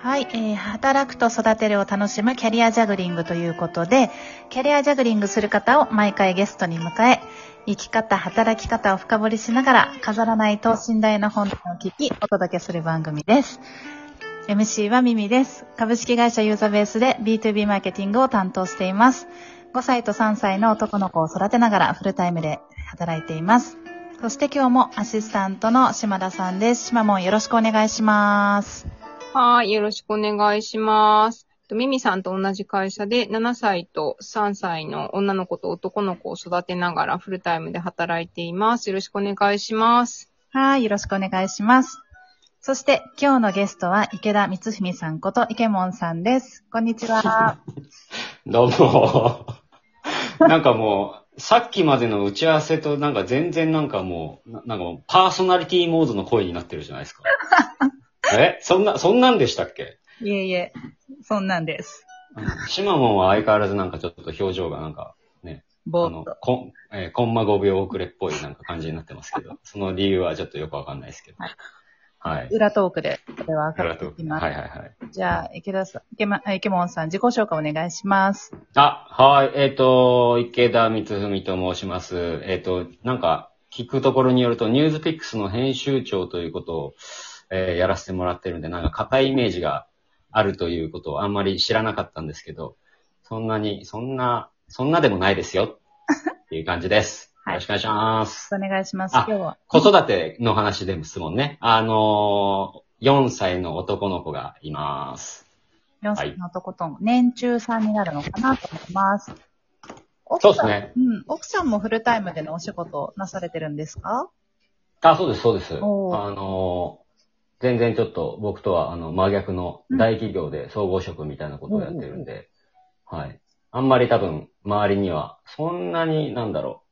はい、えー働くと育てるを楽しむキャリアジャグリングということで、キャリアジャグリングする方を毎回ゲストに迎え、生き方、働き方を深掘りしながら、飾らない等身大の本音を聞き、お届けする番組です。MC はミミです。株式会社ユーザベースで B2B マーケティングを担当しています。5歳と3歳の男の子を育てながらフルタイムで働いています。そして今日もアシスタントの島田さんです。島もんよろしくお願いします。はい、よろしくお願いします。とミミさんと同じ会社で7歳と3歳の女の子と男の子を育てながらフルタイムで働いています。よろしくお願いします。はい、よろしくお願いします。そして今日のゲストは池田光文さんこと池門さんです。こんにちは。どうも。 なんかもう、さっきまでの打ち合わせとなんか全然なんかもう、ななんかもうパーソナリティモードの声になってるじゃないですか。えそんな、そんなんでしたっけ いえいえ、そんなんです。シマモンは相変わらずなんかちょっと表情がなんか、ぼあーのっと。、こん、えーコンマ5秒遅れっぽいなんか感じになってますけど、その理由はちょっとよくわかんないですけど。はい。裏トークで、これは分ありかがってというきはまいす。はいはい。じゃあ、池田さん、池,、ま、あ池門さん、自己紹介お願いします。あ、はい。えっ、と、池田光文と申します。えっ、と、なんか、聞くところによると、ニュースピックスの編集長ということを、えーやらせてもらってるんで、なんか、硬いイメージがあるということをあんまり知らなかったんですけど、そんなに、そんな、そんなでもないですよ。っていう感じです。 はいよろしくお願いします。お願いします。あ今日は。子育ての話でも質問ね。あのー、4歳の男の子がいます。 4歳の男と年中さんになるのかなと思います。奥さそんうですね。うん。奥さんもフルタイムでのお仕事をなされてるんですかあ、そうです、そうです。あおーのー、全然ちょっと僕とはあの真逆の大企業で総合職みたいなことをやってるんで、はい。あんまり多分周りにはそんなになんだろ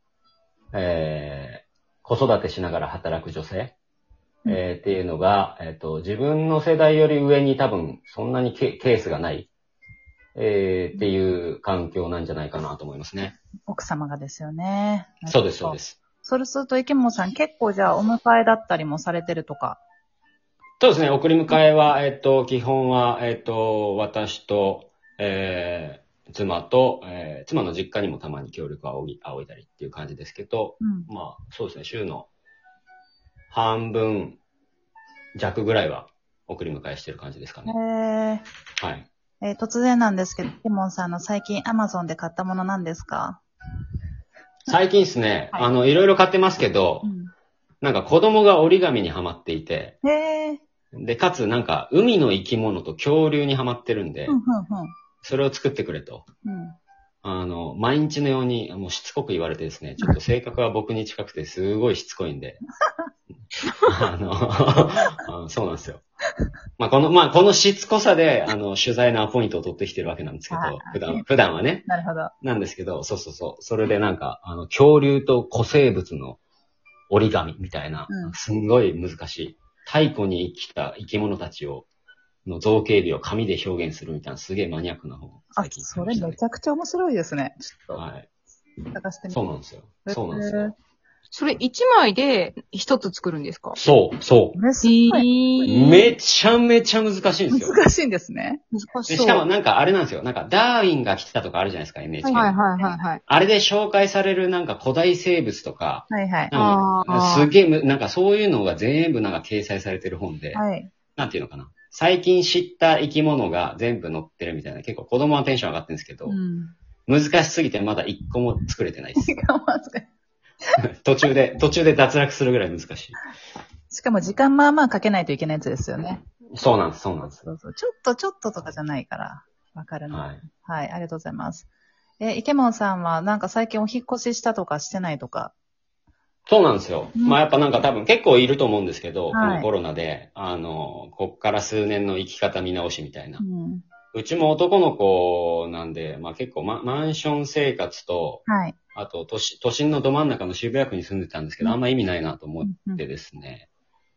う、えー、子育てしながら働く女性、うんえーっていうのが、えっ、と、自分の世代より上に多分そんなにケケースがない、えー、っていう環境なんじゃないかなと思いますね。奥様がですよね。。そうです、そうですす。それすると池本さん結構じゃあお迎えだったりもされてるとか。そうですね、送り迎えは、えっ、と、基本は、えっ、と、私と、えー、妻と、えー、妻の実家にもたまに協力を仰ぎ仰いだりっていう感じですけど、うん。まあ、そうですね、週の半分弱ぐらいは送り迎えしてる感じですかね。へはい。ええー突然なんですけど、池本さんの最近 Amazon で買ったものなんですか最近ですね、はいあの、いろいろ買ってますけど、うなんか子供が折り紙にはまっていて、ん。へえ。で、かつなんか海の生き物と恐竜にはまってるんでうん、、うそれを作ってくれと。ん、うん。うん。あの、毎日のように、もうしつこく言われてですね、ちょっと性格は僕に近くて、すごいしつこい んで。あのあの、そうなんですよ。まあ、この、まあ、このしつこさで、あの、取材のアポイントを取ってきてるわけなんですけどあ、普段、普段はね、なるほど。なんですけど、そうそうそう。それでなんか、あの、恐竜と古生物の折り紙みたいなうん、すんごい難しい。太古に生きた生き物たちを、の造形美を紙で表現するみたいな、すげえマニアックな本をあ最、近そ買れいましたねめちゃくちゃ面白いですね。ちょっはい。と探してみそうて。なんですよ。そうなんですよ。それ1枚で1つ作るんですかそう、そこれすえごいう。ー、めちゃめちゃ難しいんですよ。難しいんですね。難でししそう。かもはいなんかあれなんですよ。なんかダーウィンが来たとかあるじゃないですか、NHK。はいはいはい。あれで紹介されるなんか古代生物とか、はいはい。なんあかーすげえむ、なんかそういうのが全部なんか掲載されてる本で、はい。なんていうのかな。最近知った生き物が全部載ってるみたいな、結構子供はテンション上がってるんですけど、うん。難しすぎてまだ一個も作れて ないで時間も扱いす。途中で、途中で脱落するぐらい難しい。しかも時間まあまあかけないといけないやつですよね。そうなんです、そうなんです。そうそう。ちょっとちょっととかじゃないから、わかるな。はい。はい、ありがとうございます。え、池本さんはなんか最近お引っ越ししたとかしてないとか。そうなんですよ。うんまあやっぱなんか多分結構いると思うんですけはど、いこのコロナで、あの、こっから数年の生き方見直しみたいな。ん。うちも男の子なんで、まあ結構ママンション生活と、はい。あと都市都心のど真ん中の渋谷区に住んでたんですけうど、んあんま意味ないなと思うんってですね、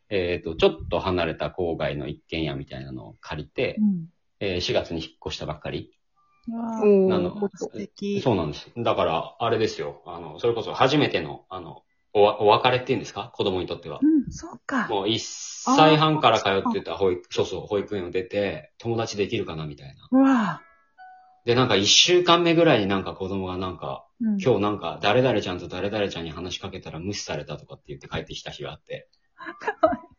えっ、と、ちょっと離れた郊外の一軒家みたいなのを借りて、えー4月に引っ越したばっかり。うん。わーおなーの素敵。そうなんです。だから、あれですよ。あの、それこそ初めての、あの、おわお別れっていうんですか子供にとっては。うん、そうか。もう1歳半から通ってた保育、そうそう、保育園を出て、友達できるかなみたいな。うわで、なんか1週間目ぐらいになんか子供がなんか、うん、今日なんか誰々ちゃんと誰々ちゃんに話しかけたら無視されたとかって言って帰ってきた日があ って。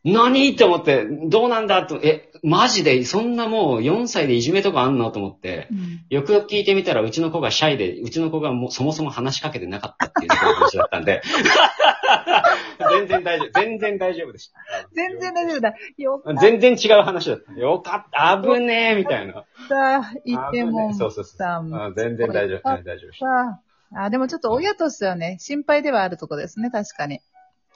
何って思って、どうなんだと、え、マジで、そんなもう4歳でいじめとかあんのと思って、うんよくよく聞いてみたら、うちの子がシャイで、うちの子がもうそもそも話しかけてなかったっていう話だった んで。全然大丈夫。全然大丈夫でした。全然大丈夫だ。よかっ 全然違う話だった。よかった。危ねえみたいな。た。イテ危ねモえンそうそうそう。さんもあ全然大丈夫。あ全然大丈夫でしさあ、でもちょっと親としてはね、心配ではあるとこですね、確かに。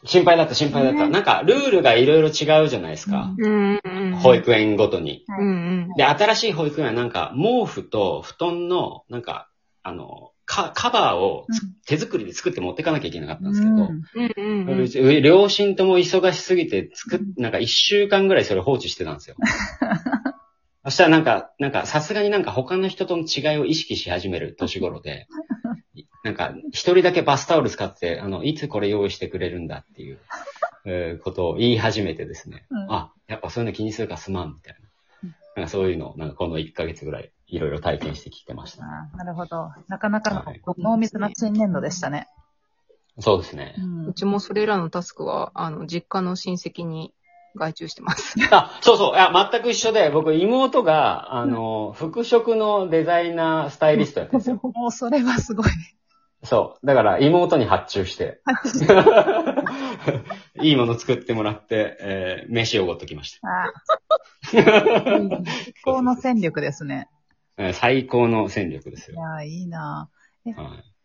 た。心配だった、心配だった。なんか、ルールがいろいろ違うじゃないですか。うんうん。保。育園ごとに。うんうん。で、新しい保育園はなんか、毛布と布団の、なんか、あの、カカバーをつ手作りで作って持ってかなきゃいけなかったんですけど、うんうんうんうんう。ちう両親とも忙しすぎて、作っ、なんか一週間ぐらいそれ放置してたん ですよ。そしたらなんか、なんかさすがになんか他の人との違いを意識し始める年頃 で、いなんか一人だけバスタオル使って、あの、いつこれ用意してくれるんだっていう、えーことを言い始めてですね、うんあ、やっぱそういうの気にするかすまん、みたいな。なんかそういうのを、なんかこの1ヶ月ぐらい、いろいろ体験してきてました。あーなるほど。なかなかのはい濃密な新年度でしたね。そうですね。うんうちもそれらのタスクは、あの、実家の親戚に外注してます。あ、そうそう。いや、全く一緒で、僕、妹が、あの、服飾のデザイナー、スタイリストやったんですよ。もうそれはすごい。 そう。だから、妹に発注して。 いいもの作ってもらって、えー飯をおごっときましあた。ー最高の戦力ですね。 えー最高の戦力ですいよ。やー、いいなはい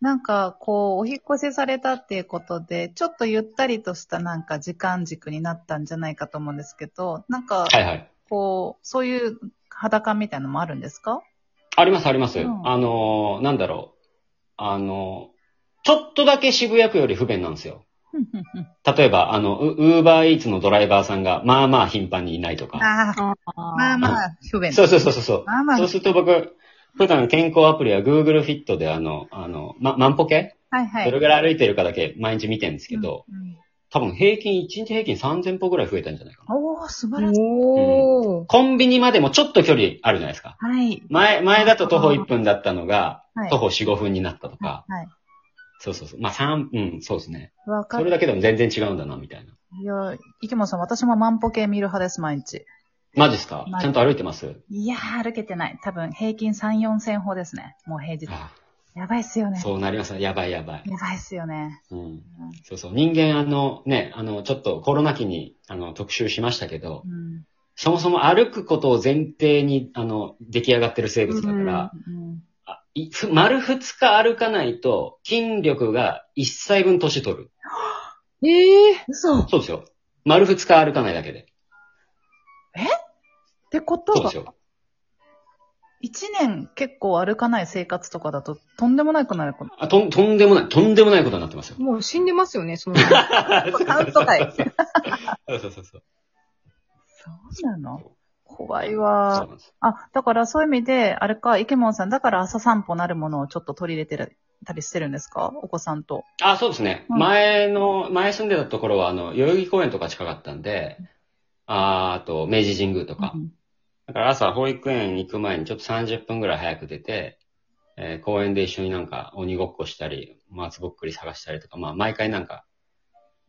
なんか、こう、お引っ越しされたっていうことで、ちょっとゆったりとしたなんか時間軸になったんじゃないかと思うんですけど、なんか、はいはい。こう、そういう裸みたいなのもあるんですかありますあります。うんあのー、なんだろう。あのー、ちょっとだけ渋谷区より不便なんですよ。例えば、あの、ウーバーイーツのドライバーさんが、まあまあ頻繁にいないとか。 ああ、あまああ。まあ、不便。そうそうそうそうそう。まあまあそうすると僕、普段健康アプリは Google Fit であの、あの、ま、万歩計はいはどれい。ぐらい歩いてるかだけ毎日見てるんですけど、うんうん多分平均、1日平均3000歩ぐらい増えたんじゃないかな。おー、素晴らしい。おー。コンビニまでもちょっと距離あるじゃないですか。はい。前、前だと徒歩1分だったのがはい、徒歩4、5分になったとか、はい。そうそうそう。まあ3、うん、そうですね。わかそれる。だけでも全然違うんだな、みたいな。いや、池本さん、私も万歩計見る派です、毎日。マジっすかマジちゃんと歩いてますいやー、歩けてない。多分、平均3、4千歩ですね。もう平日。あやばいっすよね。そうなります。やばいやばい。やばいっすよね。うん。そうそう。人間、あの、ね、あの、ちょっとコロナ期に、あの、特集しましたけど、うん。そもそも歩くことを前提に、あの、出来上がってる生物だから、うんあいふ丸二日歩かないと、筋力が一歳分年取る。ええ嘘っそうですよ。丸二日歩かないだけで。てことそうではす、よ。一年結構歩かない生活とかだと、とんでもなくなるかも。あとん、とんでもない、とんでもないことになってま すよ。もう死んでますよね、 その。うカウントかい。そうそうそうそう。そうなの怖いそうわ。なんです。あ、だからそういう意味で、あれか、池本さん、だから朝散歩なるものをちょっと取り入れてたりしてるんですかお子さんと。あ、そうですね。うん前の、前住んでたところは、あの、代々木公園とか近かったんで、あーあと、明治神宮とかう。んだから朝保育園行く前にちょっと30分ぐらい早く出て、えー公園で一緒になんか鬼ごっこしたり、松ぼっくり探したりとか、まあ毎回なんか、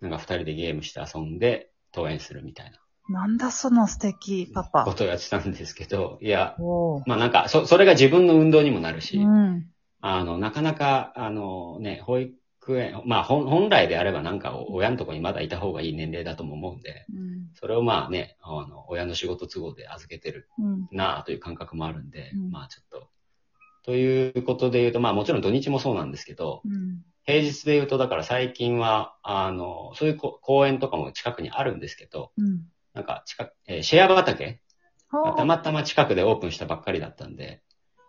なんか二人でゲームして遊んで登園するみたいなんだその素敵、パなこパ。とをやってたんですけど、いや、おーまあなんか、そ、それが自分の運動にもなるし、うん。あの、なかなか、あのね、保育園、まあ本本来であればなんか親のとこにまだいた方がいい年齢だとも思うんで、うんそれをまあね、あの、親の仕事都合で預けてるうん。なあという感覚もあるんで、うんまあちょっと。ということで言うと、まあもちろん土日もそうなんですけど、うん。平日で言うと、だから最近は、あの、そういうこ公園とかも近くにあるんですけど、うん。なんか近く、えーシェア畑ほがーたまたま近くでオープンしたばっかりだったんで、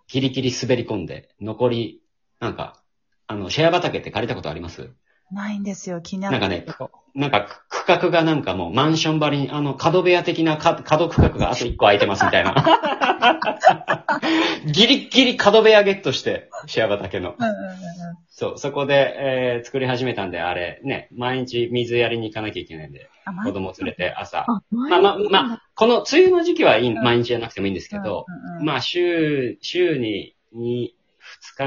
ギリギリ滑り込んで、残り、なんか、あの、シェア畑って借りたことありますないんですよ、気にななんる。かね、なんか区画がなんかもうマンション張りに、あの、角部屋的なか角区画があと1個空いてますみたいな。 ギリッギリ角部屋ゲットして、シェア畑の。うんうんうんうんそう、そこで、えー作り始めたんで、あれ、ね、毎日水やりに行かなきゃいけないんで、あ、ま子供連れて朝。あ、ままあまあ、まあ、この梅雨の時期はいい、毎日じゃなくてもいいんですけど、うんうんまあ、週、週に2、2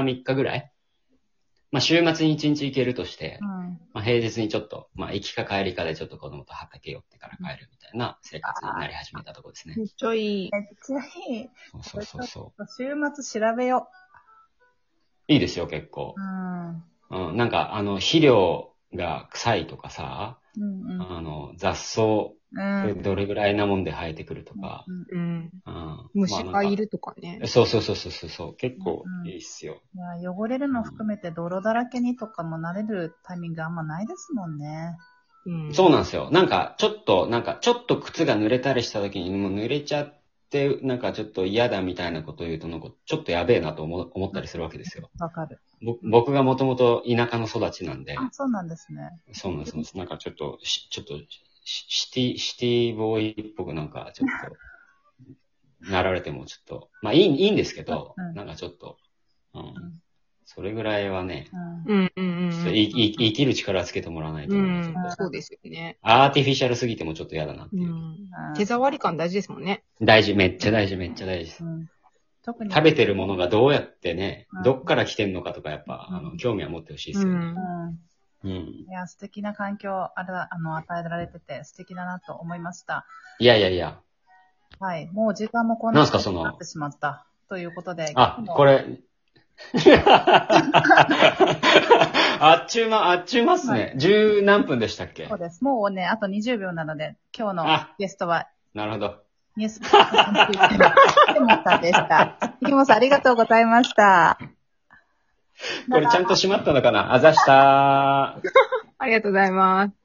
日3日ぐらいまあ、週末に1日行けるとして、うんまあ、平日にちょっと、まあ、行きか帰りかでちょっと子供と畑寄ってから帰るみたいな生活になり始めたところですねめ。っちゃいい。めっちゃいい。そうそうそうそ週末調べよう。いいですよ、結構う。。うん。うん、なんか、あの、肥料が臭いとかさ、うんうん。あの、雑草、うん。うんどれぐらいなもんで生えてくるとか、うん。うん。虫がいる。るとかね。そうそうそうそうそう、結構いいっすよ。いや汚れるの含めて泥だらけにとかも慣れるタイミングあんまないですもんね。うん。そううなんですよ。なんか、ちょっと、なんか、ちょっと靴が濡れたりした時に、もう濡れちゃって、なんかちょっと嫌だみたいなことを言うと、なんか、ちょっとやべえなと思思ったりするわけですよ。わかる。ぼ僕がもともと田舎の育ちなんで、あ、そうなんですね。そうなんですそうなんです。なんかちょっと、しちょっとシ、シティ、シティボーイっぽくなんか、ちょっと、なられてもちょっと、まあいい、いいんですけどうん、なんかちょっと、うんん。それぐらいはね、うん。うんうんうちょっとん。いい生きる力つけてもらわないと、うちょんっ。とそうですよね。アーティフィシャルすぎてもちょっと嫌だなってういう。ん。手触り感大事ですもんね。大事、めっちゃ大事、めっちゃ大事です。うん特に。食べてるものがどうやってねうん、どっから来てんのかとか、やっぱ、うんあの、興味は持ってほしいでうすよね。ん。うん。うん。いや、素敵な環境、あれだ、あの、与えられてて、素敵だなと思いました。いやいやいや。はい。もう時間もこんななんすかそのなってしまった。ということで。あ、これ。れ。 あっちゅうま、あっちゅうますね。十、何分でしたっけそうです。もうね、あと20秒なので、今日のあゲストは、なるほど。ニュースプロジェクトの池本さんでした。池本さん、ありがとうございました。これちゃんと閉まったのかなあざしたー。ありがとうございます。